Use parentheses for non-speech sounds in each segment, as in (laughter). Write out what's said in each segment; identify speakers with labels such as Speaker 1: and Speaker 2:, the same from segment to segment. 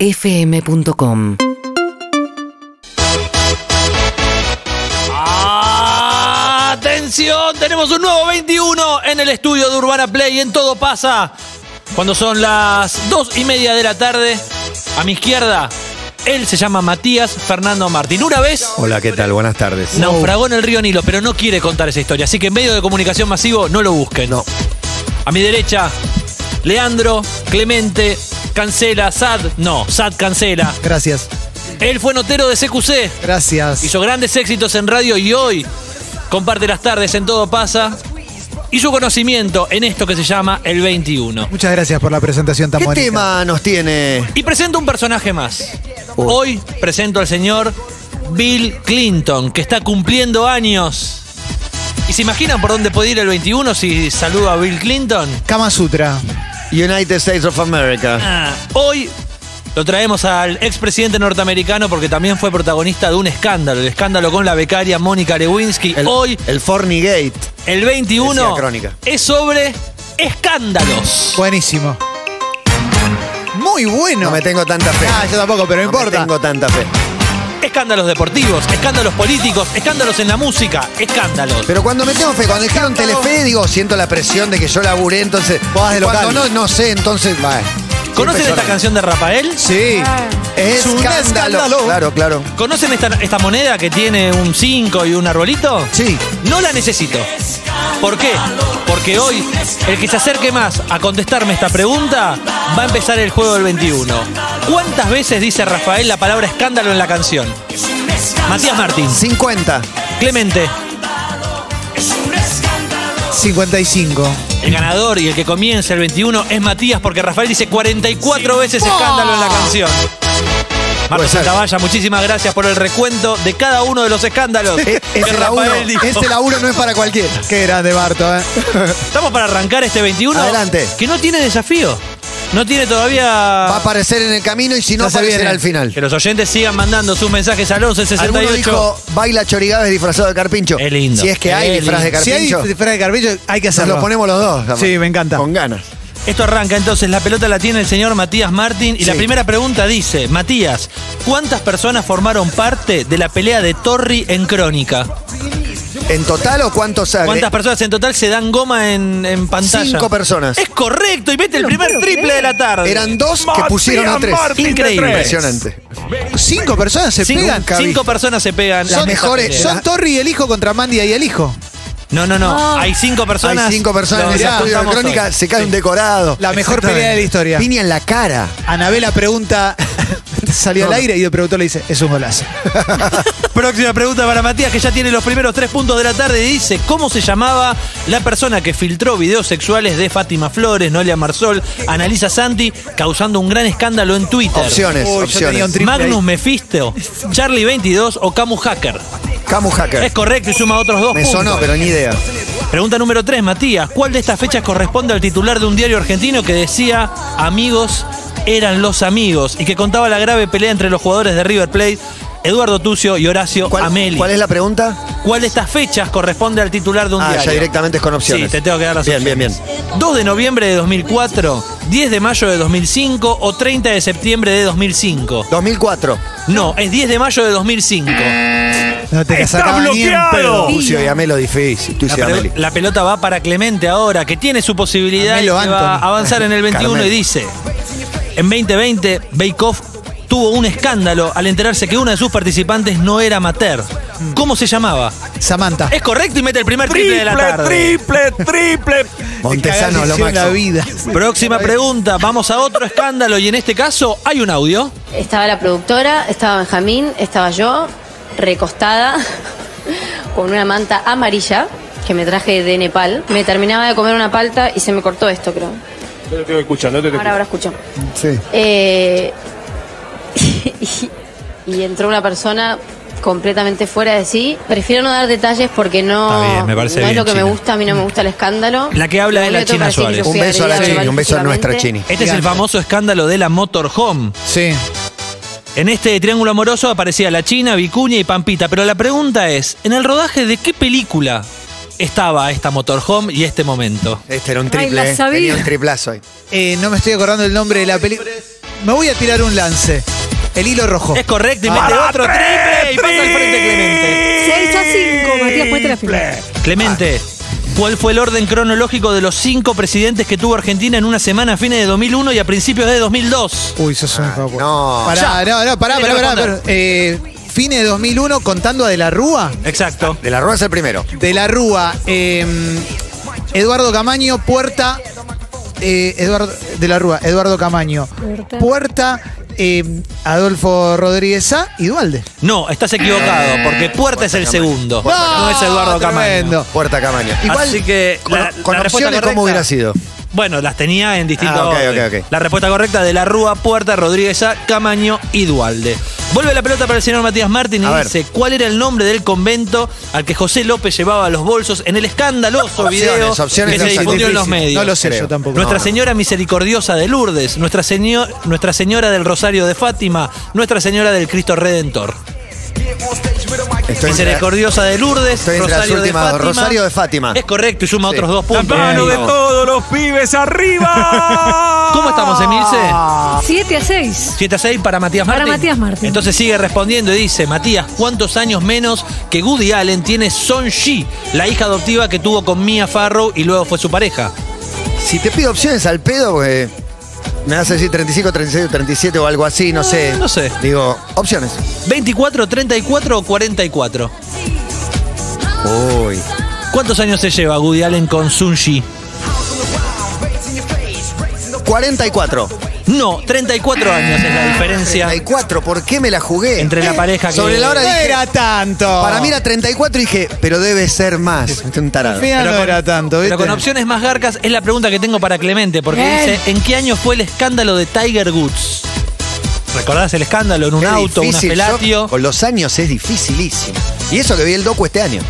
Speaker 1: urbanaplayfm.com
Speaker 2: Atención, tenemos un nuevo 21 en el estudio de Urbana Play. En todo pasa. Cuando son las 2 y media de la tarde, a mi izquierda, él se llama Matías Fernando Martín. Una vez
Speaker 3: Hola, ¿qué tal? Buenas tardes.
Speaker 2: naufragó en el río Nilo, pero no quiere contar esa historia. Así que en medio de comunicación masivo, no lo busquen.
Speaker 3: No.
Speaker 2: A mi derecha, Leandro, Clemente, Cancela, Sad. No, Sad cancela.
Speaker 4: Gracias.
Speaker 2: Él fue notero de CQC.
Speaker 4: Gracias.
Speaker 2: Hizo grandes éxitos en radio y hoy comparte las tardes en Todo Pasa y su conocimiento en esto que se llama El 21.
Speaker 4: Muchas gracias por la presentación tan
Speaker 5: ¿Qué
Speaker 4: bonita.
Speaker 5: tema nos tiene?
Speaker 2: Y presento un personaje más. Hoy presento al señor Bill Clinton, que está cumpliendo años. ¿Y se imaginan por dónde puede ir el 21 si saluda a Bill Clinton?
Speaker 4: Kama Sutra.
Speaker 5: United States of America.
Speaker 2: Ah, hoy lo traemos al expresidente norteamericano porque también fue protagonista de un escándalo, el escándalo con la becaria Mónica Lewinsky.
Speaker 5: El,
Speaker 2: hoy
Speaker 5: el Fornigate.
Speaker 2: El
Speaker 5: Decía
Speaker 2: 21
Speaker 5: Crónica.
Speaker 2: es sobre escándalos.
Speaker 4: Buenísimo. Muy bueno.
Speaker 5: No me tengo tanta fe.
Speaker 4: Ah, yo tampoco, pero no,
Speaker 5: me
Speaker 4: importa.
Speaker 5: tengo tanta fe.
Speaker 2: Escándalos deportivos, escándalos políticos, escándalos en la música, escándalos.
Speaker 5: Pero cuando me tengo fe, cuando dijeron Telefe, digo, siento la presión de que yo laburé, entonces.
Speaker 4: Vos vas de
Speaker 5: cuando
Speaker 4: local.
Speaker 5: no, no sé, entonces. va.
Speaker 2: ¿Conocen esta canción de Rafael?
Speaker 4: Sí.
Speaker 5: Es
Speaker 4: Ah. Es un
Speaker 5: escándalo.
Speaker 4: escándalo.
Speaker 5: Claro, claro.
Speaker 2: ¿Conocen esta, esta moneda que tiene un 5 y un arbolito?
Speaker 4: Sí.
Speaker 2: No la necesito. ¿Por qué? Porque hoy el que se acerque más a contestarme esta pregunta va a empezar el juego del 21. ¿Cuántas veces dice Rafael la palabra escándalo en la canción? Matías Martín,
Speaker 5: 50.
Speaker 2: Clemente,
Speaker 4: 55.
Speaker 2: El ganador y el que comienza el 21 es Matías porque Rafael dice 44 veces escándalo en la canción. Marta Santavalla, muchísimas gracias por el recuento de cada uno de los escándalos
Speaker 4: E-
Speaker 2: que
Speaker 4: ese
Speaker 2: Rafael dijo.
Speaker 5: Este laburo no es para cualquiera.
Speaker 4: Qué grande, Barto, ¿eh?
Speaker 2: Estamos para arrancar este 21
Speaker 5: Adelante.
Speaker 2: que no tiene desafío. No tiene
Speaker 5: Va a
Speaker 2: todavía...
Speaker 5: aparecer en el camino y si no,
Speaker 4: Ya se
Speaker 5: aparecerá
Speaker 4: viene.
Speaker 5: al final.
Speaker 2: Que los oyentes sigan mandando sus mensajes al 11
Speaker 5: Alguno
Speaker 2: 68.
Speaker 5: dijo, baila Chorigaves disfrazado de carpincho.
Speaker 2: Es lindo.
Speaker 5: Si es que hay
Speaker 2: Es
Speaker 5: disfraz de
Speaker 2: lindo.
Speaker 4: Si hay
Speaker 5: carpincho,
Speaker 4: disfraz de Carpillo, hay que
Speaker 5: nos
Speaker 4: hacerlo.
Speaker 5: lo ponemos los dos. además.
Speaker 4: Sí, me encanta.
Speaker 5: Con ganas.
Speaker 2: Esto arranca entonces, la pelota la tiene el señor Matías Martín y la
Speaker 5: Sí.
Speaker 2: primera pregunta dice, Matías, ¿cuántas personas formaron parte de la pelea de Torri en Crónica?
Speaker 5: ¿En total o cuántos sale?
Speaker 2: ¿Cuántas personas en total se dan goma en, en pantalla?
Speaker 5: Cinco personas.
Speaker 2: Es correcto, y mete el primer triple de la tarde.
Speaker 5: Eran dos que pusieron a tres.
Speaker 2: Increíble.
Speaker 5: Impresionante.
Speaker 4: Cinco personas se
Speaker 2: Cinco,
Speaker 4: pegan, Cabi.
Speaker 2: cinco personas se pegan.
Speaker 5: Las
Speaker 2: en esta
Speaker 5: mejores-
Speaker 2: pelea.
Speaker 4: Son Torri y el hijo contra Mandia y el hijo.
Speaker 2: No, no, no. Hay cinco personas.
Speaker 5: Hay cinco personas en
Speaker 2: Los
Speaker 5: ese
Speaker 2: juntamos
Speaker 5: estudio de crónica,
Speaker 2: todos.
Speaker 5: se cae un decorado.
Speaker 4: La mejor pelea de la historia.
Speaker 5: Piña en la cara.
Speaker 4: Anabela pregunta, (laughs) salió al aire y el productor le dice, es un
Speaker 2: (laughs)
Speaker 4: golazo.
Speaker 2: Próxima pregunta para Matías, que ya tiene los primeros tres puntos de la tarde. y Dice, ¿cómo se llamaba la persona que filtró videos sexuales de Fátima Flores, Nolia Marsol, Analisa Santi, causando un gran escándalo en Twitter?
Speaker 5: Opciones,
Speaker 4: Uy, yo tenía
Speaker 5: opciones.
Speaker 4: un tri- triple
Speaker 2: Magnus
Speaker 4: ahí.
Speaker 2: Mephisto, Charlie 22 o Camu Hacker.
Speaker 5: Camus Hacker.
Speaker 2: Es correcto y suma otros dos
Speaker 5: Me
Speaker 2: puntos.
Speaker 5: sonó, pero ni idea.
Speaker 2: Pregunta número 3, Matías. ¿Cuál de estas fechas corresponde al titular de un diario argentino que decía amigos eran los amigos y que contaba la grave pelea entre los jugadores de River Plate, Eduardo Tucio y Horacio
Speaker 5: ¿Cuál,
Speaker 2: Ameli?
Speaker 5: cuál es la pregunta?
Speaker 2: ¿Cuál de estas fechas corresponde al titular de un
Speaker 5: Ah,
Speaker 2: diario?
Speaker 5: ya directamente es con opciones.
Speaker 2: Sí, te tengo que dar las
Speaker 5: Bien, bien,
Speaker 2: opciones. bien. 2 de noviembre de 2004, 10 de mayo de 2005 o 30 de septiembre de 2005.
Speaker 5: 2004.
Speaker 2: No, es 10 de mayo de 2005.
Speaker 4: No te
Speaker 2: ¡Está
Speaker 4: sacaba ni en
Speaker 2: bloqueado!
Speaker 4: pedo.
Speaker 5: Tucio y Amelo difícil.
Speaker 2: La,
Speaker 5: Tucio y
Speaker 2: pel-
Speaker 5: Ameli.
Speaker 2: la pelota va para Clemente ahora, que tiene su posibilidad y
Speaker 4: Carmelo
Speaker 2: que va a
Speaker 4: Anthony.
Speaker 2: avanzar
Speaker 5: (laughs)
Speaker 2: en el 21 y
Speaker 5: Carmelo.
Speaker 2: dice, en 2020 Bake Off tuvo un escándalo al enterarse que una de sus participantes no era amateur.
Speaker 5: Mm.
Speaker 2: ¿Cómo se llamaba?
Speaker 4: Samantha.
Speaker 2: Es correcto y mete el primer triple, de la tarde.
Speaker 5: Montesano, lo
Speaker 4: Te cagás
Speaker 5: máximo.
Speaker 4: la vida.
Speaker 2: Próxima pregunta, vamos a otro escándalo y en este caso hay un audio.
Speaker 6: Estaba la productora, estaba Benjamín, estaba yo, recostada, (laughs) con una manta amarilla que me traje de Nepal. Me terminaba de comer una palta y se me cortó esto, creo.
Speaker 7: No te tengo que escuchar, no te tengo
Speaker 6: Ahora, ahora escucho.
Speaker 5: Sí.
Speaker 6: Eh, (laughs) y, y entró una persona completamente fuera de sí. Prefiero no dar detalles porque no,
Speaker 2: Está bien, me parece
Speaker 6: no es
Speaker 2: bien,
Speaker 6: lo que
Speaker 2: China.
Speaker 6: me gusta, a mí no me gusta el escándalo.
Speaker 2: La que habla
Speaker 6: Lo
Speaker 2: es la
Speaker 6: único que
Speaker 2: China
Speaker 6: me parece que
Speaker 2: Suárez.
Speaker 6: yo
Speaker 5: Un
Speaker 6: fui
Speaker 5: beso a la
Speaker 6: agredida
Speaker 5: Chini, un beso a nuestra
Speaker 6: físicamente.
Speaker 5: Chini.
Speaker 2: Este es el
Speaker 4: Gigante.
Speaker 2: famoso escándalo de la Motorhome.
Speaker 4: Sí.
Speaker 2: En este triángulo amoroso aparecía la China, Vicuña y Pampita, pero la pregunta es, ¿en el rodaje de qué película estaba esta motorhome y este momento?
Speaker 5: Este era un
Speaker 8: Ay,
Speaker 5: triple.
Speaker 8: la
Speaker 5: eh.
Speaker 8: sabía.
Speaker 5: Tenía un triplazo ahí.
Speaker 4: Eh, no me estoy acordando el nombre de la película. me voy a tirar un lance. El hilo rojo.
Speaker 2: Es correcto, y mete otro triple y pasa al frente Clemente.
Speaker 1: 6 a 5, Matías, puesta la final.
Speaker 2: Clemente, ¿cuál fue el orden cronológico de los cinco presidentes que tuvo Argentina en una semana a fines de 2001 y a principios de 2002?
Speaker 4: Uy, sos un capo.
Speaker 5: Ah, no.
Speaker 4: Pará, no, no, pará,
Speaker 2: Sí,
Speaker 4: pará, pará.
Speaker 2: responder.
Speaker 4: pará. Eh, fines de 2001, contando a De la Rúa.
Speaker 2: Exacto.
Speaker 5: De la Rúa es el primero.
Speaker 4: De la Rúa, eh, Eduardo Camaño, Puerta. eh, Eduardo, de la Rúa, Eduardo Camaño.
Speaker 1: Puerta.
Speaker 4: Puerta, eh, Adolfo Rodríguez Sá y Dualde.
Speaker 2: No, estás equivocado,
Speaker 5: Eh,
Speaker 2: porque Puerta es el
Speaker 5: Camaño.
Speaker 2: segundo. No es Eduardo
Speaker 8: Ah,
Speaker 2: Camaño.
Speaker 4: tremendo.
Speaker 5: Puerta Camaño. Igual,
Speaker 2: Así que
Speaker 5: con,
Speaker 2: la-
Speaker 5: con
Speaker 2: la respuesta
Speaker 5: opciones,
Speaker 2: correcta-
Speaker 5: ¿cómo hubiera sido?
Speaker 2: Bueno, las tenía en distintos
Speaker 5: Ah, ok,
Speaker 2: orden.
Speaker 5: ok, ok.
Speaker 2: La respuesta correcta de la Rúa, Puerta, Rodríguez, Sá, Camaño y Dualde. Vuelve la pelota para el señor Matías Martín y
Speaker 5: A ver.
Speaker 2: dice cuál era el nombre del convento al que José López llevaba los bolsos en el escandaloso
Speaker 5: Opciones,
Speaker 2: video
Speaker 5: opciones
Speaker 2: que se
Speaker 5: no son
Speaker 2: difundió en los
Speaker 5: difíciles.
Speaker 2: medios.
Speaker 4: No lo sé
Speaker 5: creo.
Speaker 4: yo tampoco.
Speaker 2: Nuestra
Speaker 4: No.
Speaker 2: Señora Misericordiosa de Lourdes, Nuestra, Señor- Nuestra Señora del Rosario de Fátima, Nuestra Señora del Cristo Redentor.
Speaker 5: Estoy entre-
Speaker 2: Misericordiosa de Lourdes,
Speaker 5: Estoy entre las
Speaker 2: Rosario de
Speaker 5: últimas dos.
Speaker 2: Fátima.
Speaker 5: Rosario de Fátima.
Speaker 2: Es correcto y suma
Speaker 5: Sí.
Speaker 2: otros dos puntos.
Speaker 3: mano de
Speaker 2: Bien.
Speaker 3: todos los pibes arriba.
Speaker 2: (laughs) ¿Cómo estamos, Emilce?
Speaker 1: 7 a 6.
Speaker 2: 7 a 6 para Matías
Speaker 1: Para
Speaker 2: Martín.
Speaker 1: Matías Martín.
Speaker 2: Entonces sigue respondiendo y dice, Matías, ¿cuántos años menos que Woody Allen tiene Son Shi, la hija adoptiva que tuvo con Mia Farrow y luego fue su pareja?
Speaker 5: Si te pido opciones al pedo, eh, me vas a decir 35, 36, 37 o algo así, no sé.
Speaker 2: no sé.
Speaker 5: Digo, opciones.
Speaker 2: ¿24, 34 o 44?
Speaker 5: Uy.
Speaker 2: ¿Cuántos años se lleva Woody Allen con Sun Shi?
Speaker 5: 44.
Speaker 2: No, 34 años es la diferencia
Speaker 5: 34, ¿por qué me la jugué? Eh,
Speaker 2: entre la pareja que...
Speaker 5: Sobre la hora
Speaker 4: No
Speaker 5: dije-
Speaker 4: era tanto.
Speaker 5: Para mí era 34 y dije, pero debe ser más. Es un tarado.
Speaker 4: Al final no era tanto, ¿viste?
Speaker 2: Pero con opciones más garcas es la pregunta que tengo para Clemente, porque
Speaker 1: Bien.
Speaker 2: dice, ¿en qué año fue el escándalo de Tiger Woods? ¿Recordás el escándalo en un
Speaker 5: Qué
Speaker 2: auto, un
Speaker 5: difícil,
Speaker 2: felatio?
Speaker 5: yo- Con los años es dificilísimo. Y eso que vi el docu este año.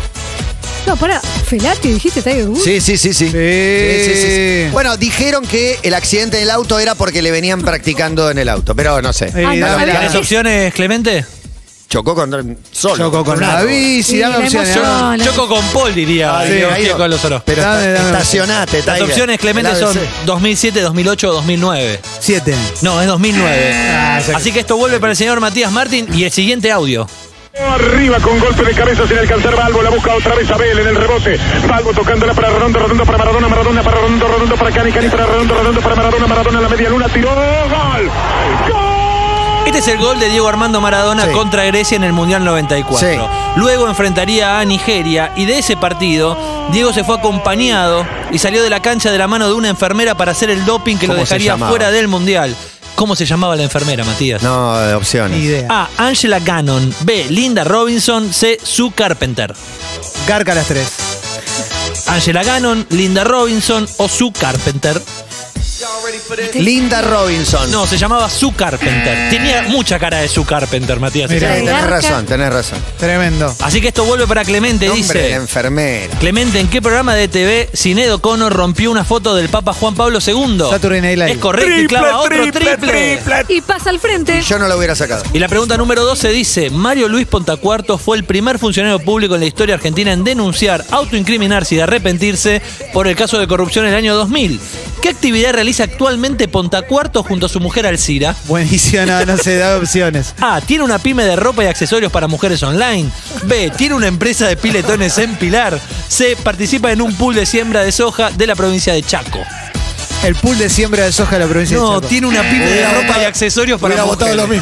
Speaker 1: No, para, Felatio, dijiste Tiger Woods.
Speaker 5: Sí, sí, sí, sí. Sí, sí, sí, sí. Bueno, dijeron que el accidente en el auto era porque le venían practicando en el auto, pero no sé.
Speaker 4: Eh,
Speaker 1: Ah, no
Speaker 4: dame
Speaker 1: sabía.
Speaker 4: la-
Speaker 2: ¿Tenés
Speaker 1: Sí.
Speaker 2: opciones, Clemente?
Speaker 5: Chocó con solo.
Speaker 4: Choco con la
Speaker 5: nada.
Speaker 4: bici,
Speaker 1: Y
Speaker 4: dame
Speaker 1: la
Speaker 4: opciones.
Speaker 1: emoción.
Speaker 4: dame.
Speaker 1: No, no.
Speaker 2: Choco con Paul, diría.
Speaker 5: Ay,
Speaker 2: Diego
Speaker 5: Jairo,
Speaker 2: Diego Alonso.
Speaker 5: Pero
Speaker 4: Dame,
Speaker 5: esta-
Speaker 4: dame.
Speaker 5: estacionate,
Speaker 2: Las
Speaker 5: Tiger.
Speaker 2: opciones, Clemente,
Speaker 5: El
Speaker 2: son
Speaker 5: ABC.
Speaker 2: 2007, 2008 o 2009.
Speaker 4: Siete.
Speaker 2: No, es 2009.
Speaker 5: Ah,
Speaker 4: exacto.
Speaker 2: Así que esto vuelve para el señor Matías Martín y el siguiente audio.
Speaker 7: Arriba con golpe de cabeza sin alcanzar Balbo, la busca otra vez Abel en el rebote. Balbo tocándola para Redondo, Redondo para Maradona, Maradona para Redondo, Redondo para Cani, Cani para Redondo, Redondo para Maradona, Maradona en la media luna, tiró, gol, gol.
Speaker 2: Este es el gol de Diego Armando Maradona
Speaker 5: Sí.
Speaker 2: contra Grecia en el Mundial 94.
Speaker 5: Sí.
Speaker 2: Luego enfrentaría a Nigeria y de ese partido Diego se fue acompañado y salió de la cancha de la mano de una enfermera para hacer el doping que lo
Speaker 5: ¿Cómo se
Speaker 2: dejaría
Speaker 5: llamaba?
Speaker 2: fuera del Mundial. ¿Cómo se llamaba la enfermera, Matías?
Speaker 5: No, de opciones.
Speaker 4: Ni idea.
Speaker 2: A. Angela Gannon. B. Linda Robinson. C. Sue Carpenter.
Speaker 4: Garca las tres.
Speaker 2: Angela Gannon, Linda Robinson o Sue Carpenter.
Speaker 5: Linda Robinson.
Speaker 2: No, se llamaba Sue Carpenter. Tenía mucha cara de Sue Carpenter, Matías.
Speaker 5: Sí,
Speaker 4: Mira.
Speaker 5: tenés razón, tenés razón.
Speaker 4: Tremendo.
Speaker 2: Así que esto vuelve para Clemente,
Speaker 5: Nombre de la
Speaker 2: dice.
Speaker 5: enfermera.
Speaker 2: Clemente, ¿en qué programa de TV Cinedo Cono rompió una foto del Papa Juan Pablo II?
Speaker 4: Saturday Night Live.
Speaker 2: Es correcto, y clava otro triple.
Speaker 1: Y pasa al frente.
Speaker 5: Yo no lo hubiera
Speaker 4: (laughs)
Speaker 5: sacado.
Speaker 2: Y la pregunta número 12 dice, Mario Luis Pontacuarto fue el primer funcionario público en la historia argentina en denunciar, autoincriminarse y de arrepentirse por el caso de corrupción en el año 2000. ¿Qué actividad realiza actualmente Pontacuarto junto a su mujer Alcira?
Speaker 4: Buenísimo, no, no sé, da opciones.
Speaker 2: A. Tiene una pyme de ropa y accesorios para mujeres online. B. Tiene una empresa de piletones en Pilar. C. Participa en un pool de siembra de soja de la provincia de Chaco.
Speaker 4: El pool de siembra de soja de la provincia de
Speaker 2: No,
Speaker 4: Chaco.
Speaker 2: tiene una pyme de ropa y accesorios para
Speaker 5: Eh, Hubiera votado
Speaker 2: mujeres.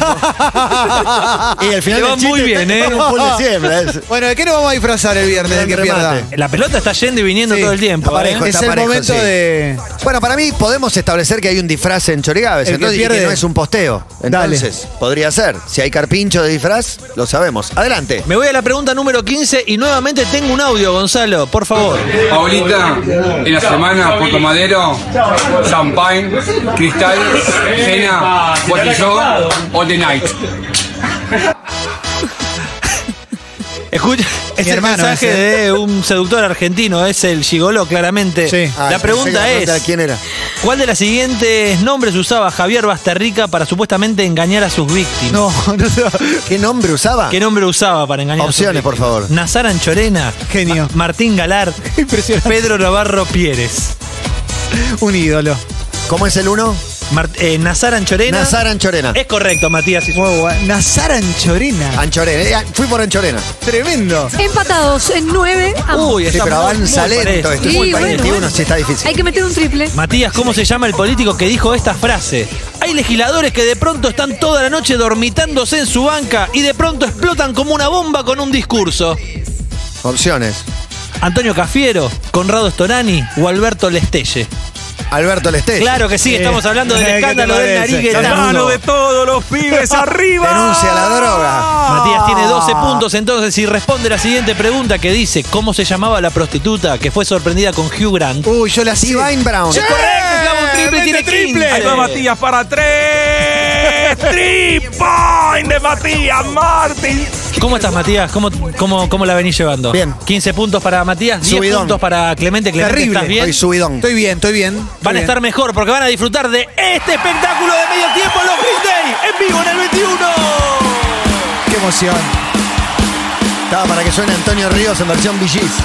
Speaker 2: (laughs)
Speaker 5: lo mismo. y al final
Speaker 2: Le va
Speaker 5: el chiste
Speaker 2: muy bien,
Speaker 5: está
Speaker 2: ¿eh?
Speaker 5: en un pool de siembra, es-
Speaker 4: Bueno, ¿de qué nos vamos a disfrazar el viernes?
Speaker 5: Gran
Speaker 4: del que
Speaker 5: remate.
Speaker 4: pierda?
Speaker 2: La pelota está yendo y viniendo
Speaker 4: Sí,
Speaker 2: todo el tiempo.
Speaker 5: está parejo,
Speaker 2: ¿eh?
Speaker 4: Es
Speaker 5: está
Speaker 4: el
Speaker 5: parejo,
Speaker 4: momento
Speaker 5: sí.
Speaker 4: de.
Speaker 5: Bueno, para mí podemos establecer que hay un disfraz en Chorigaves,
Speaker 4: El que
Speaker 5: entonces y que
Speaker 4: pierde-
Speaker 5: no es un posteo.
Speaker 4: Dale.
Speaker 5: Entonces, podría ser. Si hay carpincho de disfraz, lo sabemos. Adelante.
Speaker 2: Me voy a la pregunta número 15 y nuevamente tengo un audio, Gonzalo, por favor.
Speaker 8: Paulita, en la semana, Puerto Madero, Champagne, Cristal, Cena, Botilló o The Night.
Speaker 2: Escucha, (laughs) es el
Speaker 4: hermano
Speaker 2: mensaje
Speaker 4: ese.
Speaker 2: de un seductor argentino, es el gigoló, claramente.
Speaker 4: Sí.
Speaker 5: Ah,
Speaker 2: La
Speaker 5: pensé
Speaker 2: pregunta
Speaker 5: que la
Speaker 2: es...
Speaker 5: ¿Quién era?
Speaker 2: ¿Cuál de los siguientes nombres usaba Javier Basterrica para supuestamente engañar a sus víctimas?
Speaker 4: No, (laughs) no se va.
Speaker 5: ¿Qué nombre usaba?
Speaker 2: ¿Qué nombre usaba para engañar
Speaker 5: Opciones,
Speaker 2: a sus
Speaker 5: por favor.
Speaker 2: víctimas? Nazar Anchorena.
Speaker 4: Genio.
Speaker 2: Ma- Martín
Speaker 5: (laughs)
Speaker 2: Galar.
Speaker 4: Impresionante.
Speaker 2: Pedro Navarro Piérez.
Speaker 4: Un ídolo.
Speaker 5: ¿Cómo es el uno?
Speaker 2: Mar- eh, Nazar Anchorena.
Speaker 5: Nazar Anchorena.
Speaker 2: Es correcto, Matías. y su-
Speaker 4: Muy bueno. Nazar Anchorena.
Speaker 5: Anchorena. Eh, fui por Anchorena.
Speaker 4: Tremendo.
Speaker 1: Empatados en 9 a
Speaker 2: Uy,
Speaker 5: Sí,
Speaker 2: está
Speaker 5: pero
Speaker 2: muy-
Speaker 5: avanza
Speaker 2: muy
Speaker 5: lento.
Speaker 2: parejo.
Speaker 5: Este
Speaker 1: Sí,
Speaker 5: fútbol
Speaker 1: bueno,
Speaker 5: 21
Speaker 1: bueno.
Speaker 5: sí está difícil.
Speaker 1: Hay que meter un triple.
Speaker 2: Matías, ¿cómo se llama el político que dijo esta frase? Hay legisladores que de pronto están toda la noche dormitándose en su banca y de pronto explotan como una bomba con un discurso.
Speaker 5: Opciones.
Speaker 2: Antonio Cafiero, Conrado Storani o Alberto Lestelle.
Speaker 5: Alberto Lestelle.
Speaker 2: Claro que sí, estamos hablando del
Speaker 4: Eh, ¿qué te
Speaker 2: escándalo del
Speaker 4: parece?
Speaker 2: Narigueta.
Speaker 3: La mano de todos los
Speaker 2: (laughs)
Speaker 3: pibes arriba.
Speaker 5: Denuncia la droga.
Speaker 2: Matías tiene 12 puntos entonces y responde la siguiente pregunta que dice ¿Cómo se llamaba la prostituta que fue sorprendida con Hugh Grant?
Speaker 4: Uy, yo la sigo.
Speaker 5: Divine Brown.
Speaker 2: Correcto, clava un triple, tiene triple.
Speaker 3: Ahí va Matías
Speaker 2: (laughs)
Speaker 3: para tres. Three point de Matías Martín.
Speaker 2: ¿Cómo estás, Matías? ¿Cómo, cómo, cómo la venís llevando?
Speaker 5: Bien.
Speaker 2: 15 puntos para Matías, 10
Speaker 5: Subidón.
Speaker 2: puntos para Clemente. Clemente,
Speaker 4: Terrible.
Speaker 2: ¿estás bien?
Speaker 5: Estoy subidón.
Speaker 4: Estoy bien, estoy bien. estoy
Speaker 2: Van a
Speaker 4: bien.
Speaker 2: estar mejor porque van a disfrutar de este espectáculo de medio tiempo, los Green Day, en vivo en el 21.
Speaker 4: Qué emoción.
Speaker 5: Estaba para que suene Antonio Ríos en versión VGs.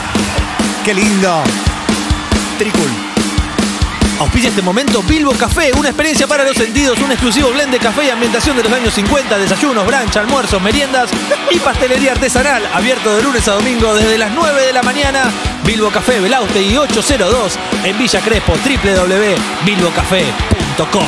Speaker 4: Qué lindo.
Speaker 5: Tricul.
Speaker 2: Auspicia este momento Bilbo Café, una experiencia para los sentidos, un exclusivo blend de café y ambientación de los años 50, desayunos, brunch, almuerzos, meriendas y pastelería artesanal, abierto de lunes a domingo desde las 9 de la mañana. Bilbo Café Belaute y 802 en Villa Crespo, www.bilbocafé.com.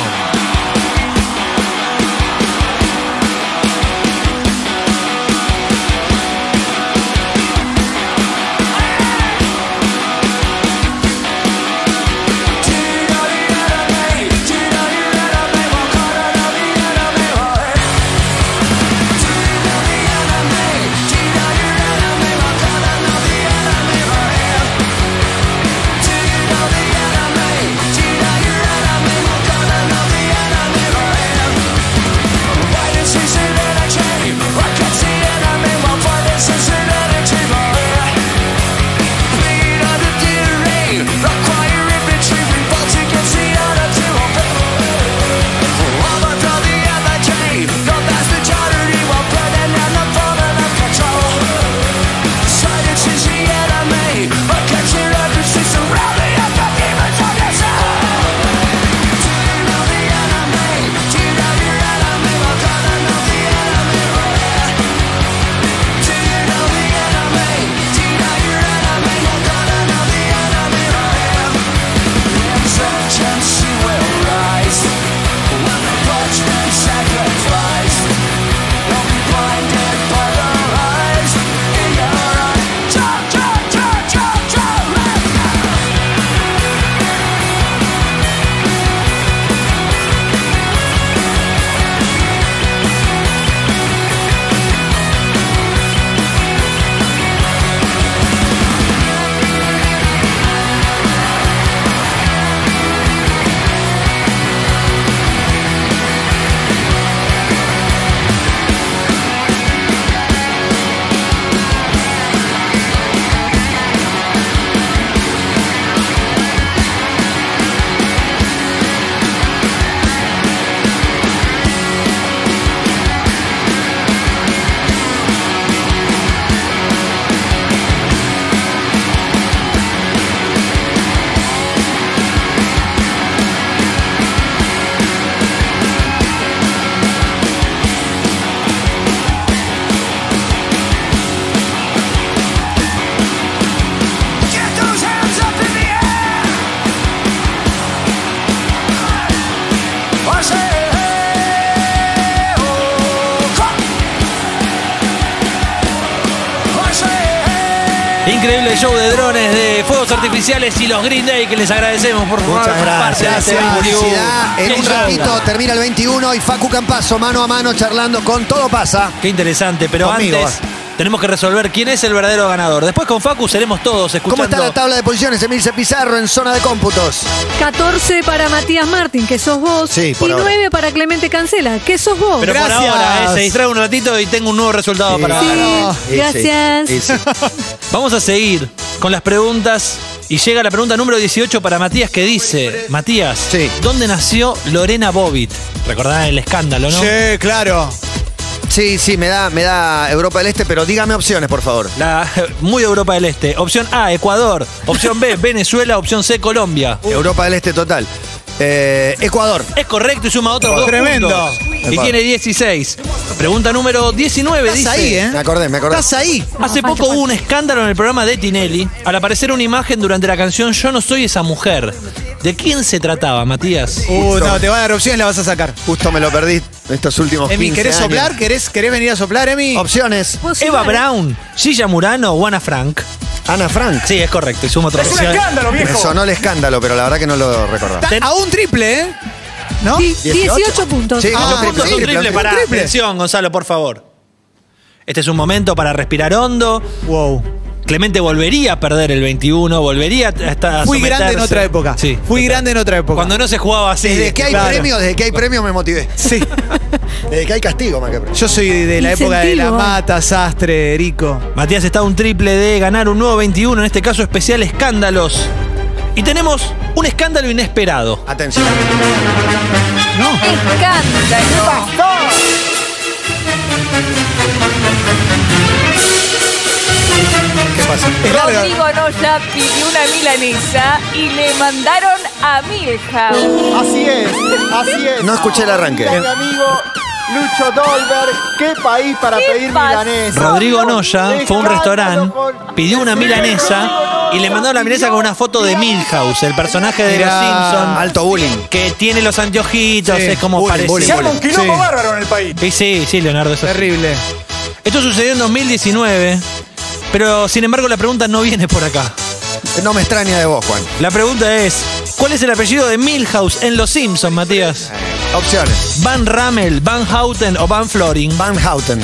Speaker 3: "Oh,
Speaker 2: Increíble show de drones, de fuegos artificiales y los Green Day que les agradecemos por favor.
Speaker 5: Muchas gracias. eh.
Speaker 2: este
Speaker 5: Publicidad. En un ratito termina el 21 y Facu Campazo mano a mano charlando con Todo Pasa.
Speaker 2: Qué interesante, pero
Speaker 5: Conmigo,
Speaker 2: antes tenemos que resolver quién es el verdadero ganador. Después con Facu seremos todos escuchando.
Speaker 5: ¿Cómo está la tabla de posiciones? Emilce Pizarro en zona de cómputos.
Speaker 1: 14 para Matías Martín, que sos vos.
Speaker 5: Sí, por
Speaker 1: y
Speaker 5: ahora.
Speaker 1: 9 para Clemente Cancela, que sos vos.
Speaker 2: Pero
Speaker 4: Gracias.
Speaker 2: por ahora, eh, se distrae un ratito y tengo un nuevo resultado para
Speaker 1: Sí,
Speaker 2: ganar.
Speaker 5: sí,
Speaker 1: gracias.
Speaker 5: sí, sí.
Speaker 2: Vamos a seguir con las preguntas. Y llega la pregunta número 18 para Matías que dice, Matías,
Speaker 5: Sí.
Speaker 2: ¿dónde nació Lorena Bobbitt? Recordá el escándalo, ¿no?
Speaker 4: Che, Eh, claro.
Speaker 5: Sí, sí, me da, me da Europa del Este, pero dígame opciones, por favor.
Speaker 2: La, (laughs) muy Europa del Este. Opción A, Ecuador. Opción B, Venezuela. Opción C, Colombia.
Speaker 5: Europa del Este total. Eh, Ecuador.
Speaker 2: Es correcto y suma otros dos
Speaker 4: Tremendo.
Speaker 2: puntos. Y tiene 16. Pregunta número 19
Speaker 4: Estás
Speaker 2: dice...
Speaker 4: ahí, ¿eh?
Speaker 5: Me acordé, me acordé.
Speaker 4: Estás ahí.
Speaker 2: Hace poco hubo un escándalo en el programa de Tinelli al aparecer una imagen durante la canción Yo no soy esa mujer. ¿De quién se trataba, Matías?
Speaker 4: Uh, no, te va a dar opciones, la vas a sacar.
Speaker 5: Justo me lo perdí estos últimos
Speaker 4: Emi,
Speaker 5: 15
Speaker 4: ¿querés
Speaker 5: años.
Speaker 4: soplar? ¿Querés, ¿Querés venir a soplar, Emi?
Speaker 5: Opciones.
Speaker 1: ¿Puedo
Speaker 2: Eva
Speaker 1: sumar?
Speaker 2: Brown, Gilla Murano o Ana Frank.
Speaker 5: Ana Frank.
Speaker 2: Sí, es correcto. Y suma otra
Speaker 3: Es un escándalo,
Speaker 5: Me
Speaker 3: viejo.
Speaker 5: sonó el escándalo, pero la verdad que no lo recordaba.
Speaker 4: Está A un triple, ¿eh? ¿No?
Speaker 1: Di- 18. puntos.
Speaker 5: Sí,
Speaker 4: Ah,
Speaker 5: un triple,
Speaker 2: puntos,
Speaker 5: un
Speaker 2: un
Speaker 5: triple,
Speaker 2: triple
Speaker 5: un
Speaker 2: para.
Speaker 4: triple.
Speaker 2: Atención, Gonzalo, por favor. Este es un momento para respirar hondo.
Speaker 4: Wow.
Speaker 2: Clemente volvería a perder el 21, volvería a estar. a
Speaker 4: Fui
Speaker 2: someterse.
Speaker 4: grande en otra época.
Speaker 2: Sí.
Speaker 4: Fui
Speaker 2: total.
Speaker 4: grande en otra época.
Speaker 2: Cuando no se jugaba así.
Speaker 5: Desde que hay
Speaker 4: Claro.
Speaker 5: premio, desde que hay premio me motivé.
Speaker 4: Sí.
Speaker 5: Desde que hay castigo, más que premio.
Speaker 4: Yo soy de la época de la
Speaker 1: Incentivo.
Speaker 4: mata, sastre, erico.
Speaker 2: Matías está a un triple de ganar un nuevo 21, en este caso especial escándalos. Y tenemos un escándalo inesperado.
Speaker 5: Atención.
Speaker 4: No.
Speaker 1: Escándalo.
Speaker 5: ¿Qué pasa?
Speaker 4: Es larga.
Speaker 9: Rodrigo Noya pidió una milanesa y le mandaron a Milja.
Speaker 10: Así es, así es.
Speaker 5: No escuché el arranque.
Speaker 10: Mi amigo Lucho Dolberg, qué país para
Speaker 9: ¿Qué
Speaker 10: pedir
Speaker 9: pasó?
Speaker 10: milanesa.
Speaker 2: Rodrigo Noya fue a un restaurante,
Speaker 10: Con-
Speaker 2: pidió una milanesa y le mandaron la milanesa con una foto de Milhouse, el personaje de Los
Speaker 4: Mirá.
Speaker 2: Simpsons,
Speaker 5: Alto bullying.
Speaker 2: que tiene los anteojitos,
Speaker 4: Sí,
Speaker 2: es como
Speaker 5: bullying,
Speaker 2: parecido.
Speaker 3: Se arma un quilombo
Speaker 4: Sí.
Speaker 3: bárbaro en el país.
Speaker 2: Y sí, sí, Leonardo, eso sí.
Speaker 4: Terrible.
Speaker 2: Esto sucedió en 2019, pero sin embargo la pregunta no viene por acá.
Speaker 5: No me extraña de vos, Juan.
Speaker 2: La pregunta es, ¿cuál es el apellido de Milhouse en Los Simpsons, Matías?
Speaker 5: Opciones.
Speaker 2: Van Ramel, Van Houten o Van Florin.
Speaker 5: Van Houten.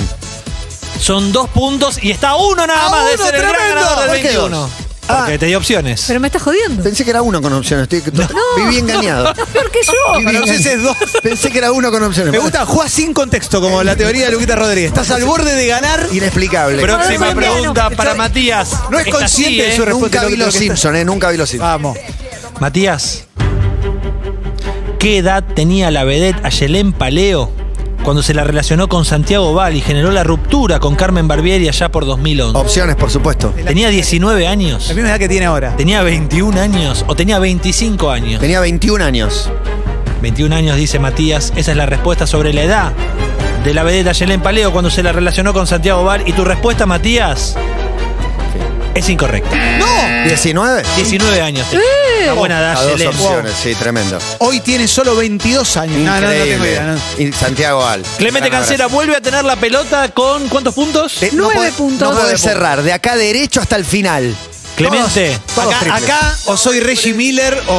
Speaker 2: Son dos puntos y está a uno nada
Speaker 4: A
Speaker 2: más de
Speaker 4: Ah, uno,
Speaker 2: ser el gran
Speaker 4: tremendo.
Speaker 2: ganador del
Speaker 5: ¿Por qué
Speaker 2: 21.
Speaker 5: Ah.
Speaker 2: Porque te di opciones.
Speaker 1: Pero me estás jodiendo.
Speaker 5: Pensé que era uno con opciones. Estoy, Viví engañado.
Speaker 1: Estás peor que yo.
Speaker 5: Viví
Speaker 4: Para ustedes
Speaker 5: engañado. Pensé que era uno con opciones.
Speaker 4: Me gusta, juega sin contexto, como la teoría de Luquita Rodríguez. Estás al borde de ganar.
Speaker 5: Inexplicable.
Speaker 2: Próxima
Speaker 1: Ecuador
Speaker 2: pregunta
Speaker 1: colombiano.
Speaker 2: para Matías.
Speaker 4: No es
Speaker 2: Esta
Speaker 4: consciente
Speaker 2: sí,
Speaker 4: de su
Speaker 2: ¿eh?
Speaker 4: respuesta,
Speaker 5: Nunca
Speaker 4: lo
Speaker 5: vi
Speaker 4: que
Speaker 5: los
Speaker 4: está-
Speaker 5: Simpsons, ¿eh? Nunca vi los Simpsons.
Speaker 4: Vamos.
Speaker 2: Matías, ¿qué edad tenía la vedette Ayelén Paleo cuando se la relacionó con Santiago Val y generó la ruptura con Carmen Barbieri allá por 2011?
Speaker 5: Opciones, por supuesto.
Speaker 4: Oh.
Speaker 2: ¿Tenía 19 años?
Speaker 4: La misma edad que tiene ahora.
Speaker 2: ¿Tenía 21 años o tenía 25 años?
Speaker 5: Tenía 21 años.
Speaker 2: 21 años, dice Matías. Esa es la respuesta sobre la edad de la vedeta Yelén Paleo cuando se la relacionó con Santiago Val. Y tu respuesta, Matías, es incorrecta.
Speaker 5: ¿19?
Speaker 2: 19 años. tenía. Una buena
Speaker 5: A
Speaker 2: edad,
Speaker 5: dos
Speaker 2: Yelén.
Speaker 5: opciones, sí, tremendo.
Speaker 4: Hoy tiene solo 22 años. No, no, no tengo
Speaker 5: Increíble.
Speaker 4: idea. no.
Speaker 5: Y Santiago Al.
Speaker 2: Clemente Cancela vuelve a tener la pelota con ¿cuántos puntos?
Speaker 5: Te-
Speaker 1: Nueve
Speaker 5: podés-
Speaker 1: puntos.
Speaker 5: No podés cerrar, de acá derecho hasta el final.
Speaker 2: Clemente.
Speaker 5: Todos
Speaker 4: Acá,
Speaker 5: triples.
Speaker 4: acá o soy Reggie Miller o.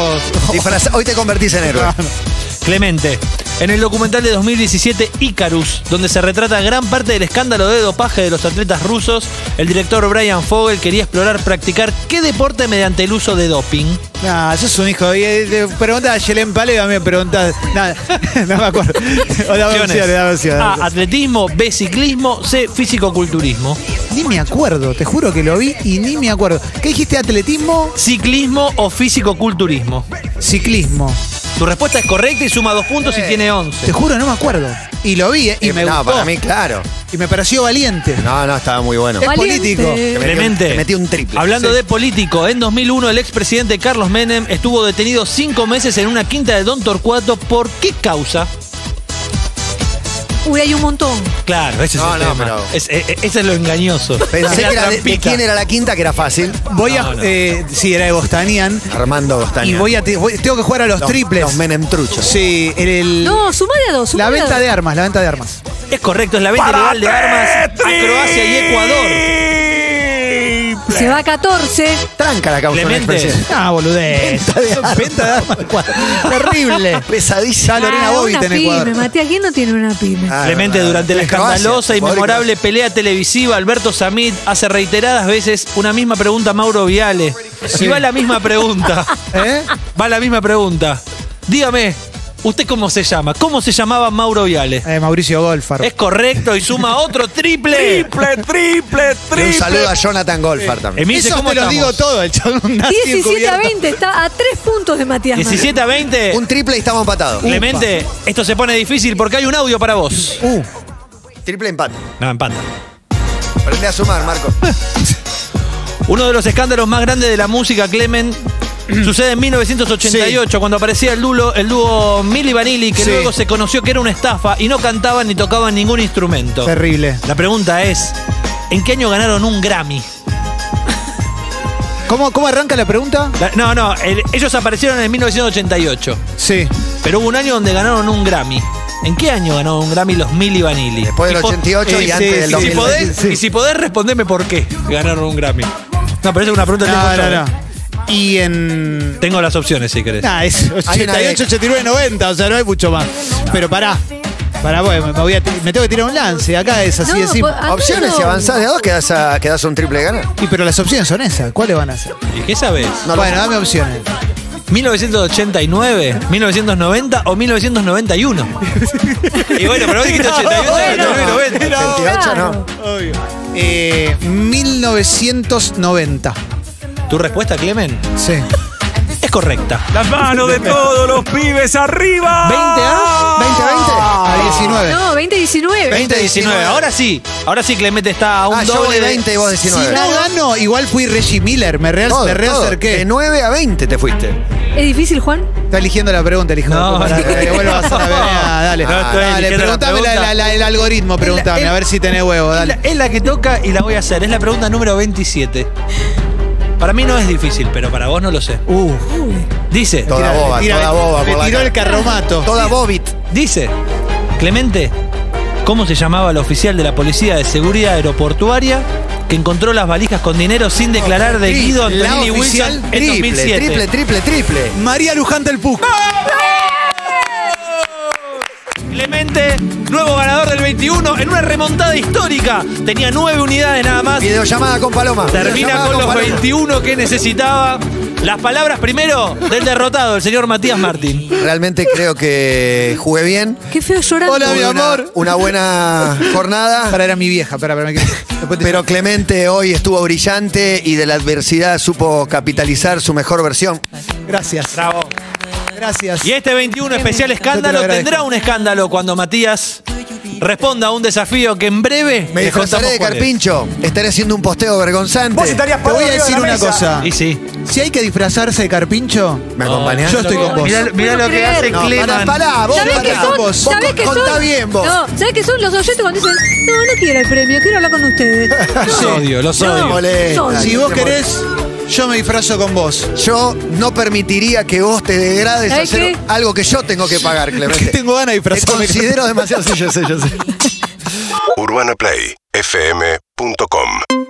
Speaker 1: Oh.
Speaker 5: Disfraza- Hoy te convertís en
Speaker 1: (laughs)
Speaker 5: héroe.
Speaker 2: Clemente. En el documental de 2017 Icarus, donde se retrata gran parte del escándalo de dopaje de los atletas rusos, el director Brian Fogel quería explorar practicar qué deporte mediante el uso de doping.
Speaker 4: No, sos un hijo. Y te preguntas a Yelén Paleo y a mí me preguntas. Nada, no (laughs) me acuerdo. O
Speaker 2: Opciones.
Speaker 4: dame
Speaker 2: Ah,
Speaker 4: opciones, dame opciones.
Speaker 2: A, atletismo, B, ciclismo, C, físico-culturismo.
Speaker 4: Ni me acuerdo, te juro que lo vi y ni me acuerdo. ¿Qué dijiste? ¿Atletismo?
Speaker 2: Ciclismo o físico-culturismo.
Speaker 4: Ciclismo.
Speaker 2: Tu respuesta es correcta y suma dos puntos y tiene
Speaker 4: Te
Speaker 2: 11.
Speaker 4: juro, no me acuerdo. Y lo vi eh, y
Speaker 5: Eh,
Speaker 4: me
Speaker 5: no,
Speaker 4: gustó.
Speaker 5: para mí, claro.
Speaker 4: Y me pareció valiente.
Speaker 5: No, no, estaba muy bueno.
Speaker 4: Es
Speaker 1: Valiente.
Speaker 4: político.
Speaker 5: Te metí un-
Speaker 2: Clemente.
Speaker 5: te metí un triple.
Speaker 2: Hablando
Speaker 5: Sí.
Speaker 2: de político, en 2001 el expresidente Carlos Menem estuvo detenido cinco meses en una quinta de Don Torcuato. ¿Por qué causa?
Speaker 1: Uy, hay un montón.
Speaker 2: Claro, ese
Speaker 5: No,
Speaker 2: es el
Speaker 5: no,
Speaker 2: tema.
Speaker 5: pero-
Speaker 2: Es- e- e- ese es lo engañoso.
Speaker 5: Pensé
Speaker 2: Es
Speaker 5: que
Speaker 2: la
Speaker 5: era de, de
Speaker 2: trampita.
Speaker 5: quién era la quinta, que era fácil.
Speaker 4: Voy a.
Speaker 2: No, no.
Speaker 4: eh, sí, era de Bostanian.
Speaker 5: Armando Gostaña.
Speaker 4: Y voy a. te- voy- tengo que jugar a los,
Speaker 5: Los-
Speaker 4: triples.
Speaker 5: los Menem truchos.
Speaker 4: Sí, el- el-
Speaker 1: No, sumale a dos.
Speaker 4: la
Speaker 1: sumale a
Speaker 4: venta
Speaker 1: dos.
Speaker 4: de armas, la venta de armas.
Speaker 2: Es correcto, es la venta ilegal de armas a Croacia y Ecuador.
Speaker 1: Se va a 14.
Speaker 5: Tranca la causa.
Speaker 2: Clemente.
Speaker 4: Ah, boludez. (laughs) Venta de armas.
Speaker 5: (laughs)
Speaker 4: Terrible.
Speaker 5: Pesadilla.
Speaker 4: Lorena
Speaker 1: Ah,
Speaker 4: Bobbitt
Speaker 1: una
Speaker 4: en Ecuador.
Speaker 1: pyme, Matías, ¿quién no tiene una pyme?
Speaker 2: (laughs)
Speaker 5: Ah,
Speaker 2: Clemente,
Speaker 5: verdad.
Speaker 2: durante la
Speaker 5: En Croacia,
Speaker 2: escandalosa y
Speaker 5: pobre
Speaker 2: memorable pelea televisiva, Alberto Samit hace reiteradas veces una misma pregunta a Mauro Viale. Y va la misma pregunta.
Speaker 4: ¿Eh?
Speaker 2: Va la misma pregunta. Dígame, ¿usted cómo se llama? ¿Cómo se llamaba Mauro Viale?
Speaker 4: Eh, Mauricio Golfar.
Speaker 2: Es correcto y suma otro triple.
Speaker 3: Triple, triple,
Speaker 5: Y
Speaker 3: triple.
Speaker 5: Un saludo a Jonathan
Speaker 4: Eh,
Speaker 5: Golfar también.
Speaker 2: Emilce,
Speaker 4: Esos
Speaker 2: ¿cómo
Speaker 4: te los
Speaker 2: estamos?
Speaker 4: digo todo, el chabón nazi
Speaker 1: 17 a
Speaker 4: encubierto.
Speaker 1: 20, está a 3 puntos de Matías. Martín.
Speaker 2: 17 a 20.
Speaker 5: Un triple y estamos empatados.
Speaker 2: Clemente, esto se pone difícil porque hay un audio para vos.
Speaker 4: Uh,
Speaker 5: Triple empate.
Speaker 2: No, empata.
Speaker 5: Aprende a sumar, Marco.
Speaker 2: Uno de los escándalos más grandes de la música, Clemen, Sucede en 1988, cuando aparecía el dúo, el dúo Milli Vanilli, que
Speaker 4: Sí.
Speaker 2: luego se conoció que era una estafa y no cantaban ni tocaban ningún instrumento.
Speaker 4: Uh, Terrible.
Speaker 2: La pregunta es, ¿en qué año ganaron un Grammy?
Speaker 4: ¿Cómo, cómo arranca la pregunta?
Speaker 2: La- no, no, el- ellos aparecieron en 1988,
Speaker 4: Sí.
Speaker 2: pero hubo un año donde ganaron un Grammy. ¿En qué año ganaron un Grammy los Milli Vanilli?
Speaker 5: Después del
Speaker 2: Y po- Eh,
Speaker 5: 88 y
Speaker 2: sí,
Speaker 5: antes del
Speaker 2: y si
Speaker 5: 2000.
Speaker 2: podés,
Speaker 4: Sí.
Speaker 2: Y si podés, respondeme por qué ganaron un Grammy. No, pero esa es una pregunta que tengo
Speaker 4: No, no,
Speaker 2: yo. eh.
Speaker 4: no. Y en.
Speaker 2: Tengo las opciones si querés.
Speaker 4: Nah, es
Speaker 5: Hay una
Speaker 4: 88, 89, 90, o sea, no hay mucho más. Pero pará. Pará, bueno, me, voy a ti- me tengo que tirar un lance. Acá es así
Speaker 1: No,
Speaker 4: de simple.
Speaker 1: po- ah,
Speaker 5: Opciones,
Speaker 1: no.
Speaker 5: si avanzás de a dos, quedás a, quedás a un triple gana.
Speaker 4: Y, pero las opciones son esas. ¿Cuáles van a ser?
Speaker 2: ¿Y qué sabés?
Speaker 5: No lo
Speaker 4: bueno, dame opciones.
Speaker 2: ¿1989, 1990 o 1991? y bueno, pero vos dijiste 88, 89, 90.
Speaker 5: 28 no.
Speaker 4: Eh, 1990.
Speaker 2: ¿Tu respuesta, Clemen?
Speaker 4: Sí.
Speaker 2: Es correcta.
Speaker 3: Las
Speaker 2: (laughs)
Speaker 3: manos de todos los pibes arriba.
Speaker 2: 20 a-
Speaker 5: 20
Speaker 4: A 19.
Speaker 1: No, 2019.
Speaker 2: 2019. Ahora sí. Ahora sí, Clemente está a un
Speaker 5: Ah, yo
Speaker 2: doble.
Speaker 5: volé
Speaker 2: de-
Speaker 5: 20 y vos
Speaker 4: Si
Speaker 5: 19.
Speaker 4: no gano, igual fui Reggie Miller. Me, real,
Speaker 5: Todo,
Speaker 4: me
Speaker 5: todo.
Speaker 4: reacerqué.
Speaker 5: De 9 a 20 te fuiste.
Speaker 1: ¿Es difícil, Juan?
Speaker 4: Está eligiendo la pregunta, el hijo
Speaker 2: No,
Speaker 4: de puta.
Speaker 2: no,
Speaker 4: Que vuelva a hacer la vereda, dale.
Speaker 2: No estoy
Speaker 4: dale,
Speaker 2: eligiendo la
Speaker 4: preguntame la-
Speaker 2: pregunta.
Speaker 4: la- la- el algoritmo, preguntame,
Speaker 2: el-
Speaker 4: a ver si tenés huevo,
Speaker 2: Es la,
Speaker 4: dale.
Speaker 2: es la que toca y la voy a hacer. Es la pregunta número 27. Para mí no es difícil, pero para vos no lo sé.
Speaker 4: Uh,
Speaker 2: Dice,
Speaker 5: Toda
Speaker 4: me
Speaker 5: boba,
Speaker 4: tira-
Speaker 5: toda boba.
Speaker 4: Me
Speaker 5: por la
Speaker 4: tiró
Speaker 5: cara.
Speaker 4: el carromato.
Speaker 5: Toda bobit.
Speaker 2: dice, Clemente, ¿cómo se llamaba el oficial de la Policía de Seguridad Aeroportuaria que encontró las valijas con dinero sin declarar de
Speaker 4: Tri-
Speaker 2: Guido
Speaker 4: la
Speaker 2: Antonini
Speaker 4: oficial
Speaker 2: Wilson en
Speaker 5: Triple,
Speaker 2: 2007?
Speaker 5: triple, triple, triple.
Speaker 4: María Luján del Puc.
Speaker 2: Clemente, nuevo ganador del 21 en una remontada histórica. Tenía nueve unidades nada más.
Speaker 5: Videollamada con Paloma.
Speaker 2: Termina
Speaker 5: Videollamada
Speaker 2: con los
Speaker 5: Paloma.
Speaker 2: 21 que necesitaba. Las palabras primero del derrotado, el señor Matías Martín.
Speaker 5: Realmente creo que jugué bien.
Speaker 1: Qué feo llorar.
Speaker 4: Hola, mi
Speaker 5: Tuve una-
Speaker 4: amor.
Speaker 5: Una buena jornada.
Speaker 4: Para era mi vieja, para, para.
Speaker 5: Pero Clemente hoy estuvo brillante y de la adversidad supo capitalizar su mejor versión.
Speaker 4: Gracias.
Speaker 2: Bravo.
Speaker 4: Gracias.
Speaker 2: Y este 21 especial
Speaker 4: Yo te lo
Speaker 2: escándalo
Speaker 4: agradezco.
Speaker 2: tendrá un escándalo cuando Matías responda a un desafío que en breve
Speaker 5: Me
Speaker 2: les
Speaker 5: disfrazaré
Speaker 2: contamos
Speaker 5: de
Speaker 2: cuál es.
Speaker 5: carpincho. Estaré haciendo un posteo vergonzante.
Speaker 10: Vos estarías
Speaker 4: Te voy a
Speaker 10: parado
Speaker 4: decir
Speaker 10: arriba de
Speaker 4: una
Speaker 10: la mesa.
Speaker 4: cosa.
Speaker 2: Y sí.
Speaker 4: Si hay que disfrazarse de carpincho,
Speaker 5: ¿Me acompañás?
Speaker 4: yo estoy con vos.
Speaker 2: Mirá, mirá
Speaker 1: No
Speaker 2: lo que
Speaker 1: puedo
Speaker 2: hace
Speaker 1: creer. No,
Speaker 2: Clemen.
Speaker 5: pará, pará, vos,
Speaker 1: ¿Sabés
Speaker 5: pará.
Speaker 1: que
Speaker 5: Vos,
Speaker 1: son?
Speaker 5: vos
Speaker 1: ¿Sabés que
Speaker 5: contá
Speaker 1: son?
Speaker 5: bien vos.
Speaker 1: No, ¿sabés que son los oyentes cuando dicen, no, no quiero el premio, quiero hablar con ustedes?
Speaker 2: Los
Speaker 1: No,
Speaker 2: odio, los
Speaker 1: no,
Speaker 2: odio.
Speaker 5: Molesta.
Speaker 1: no.
Speaker 4: Si vos querés, yo me disfrazo con vos.
Speaker 5: Yo no permitiría que vos te degrades a
Speaker 1: ¿Sabés
Speaker 5: hacer
Speaker 1: qué?
Speaker 5: algo que yo tengo que pagar,
Speaker 4: Que
Speaker 5: Clemente.
Speaker 4: tengo ganas de
Speaker 5: Te
Speaker 4: disfrazarme.
Speaker 5: considero demasiado. Sí, yo sé, yo sé.
Speaker 7: UrbanaPlayFM.com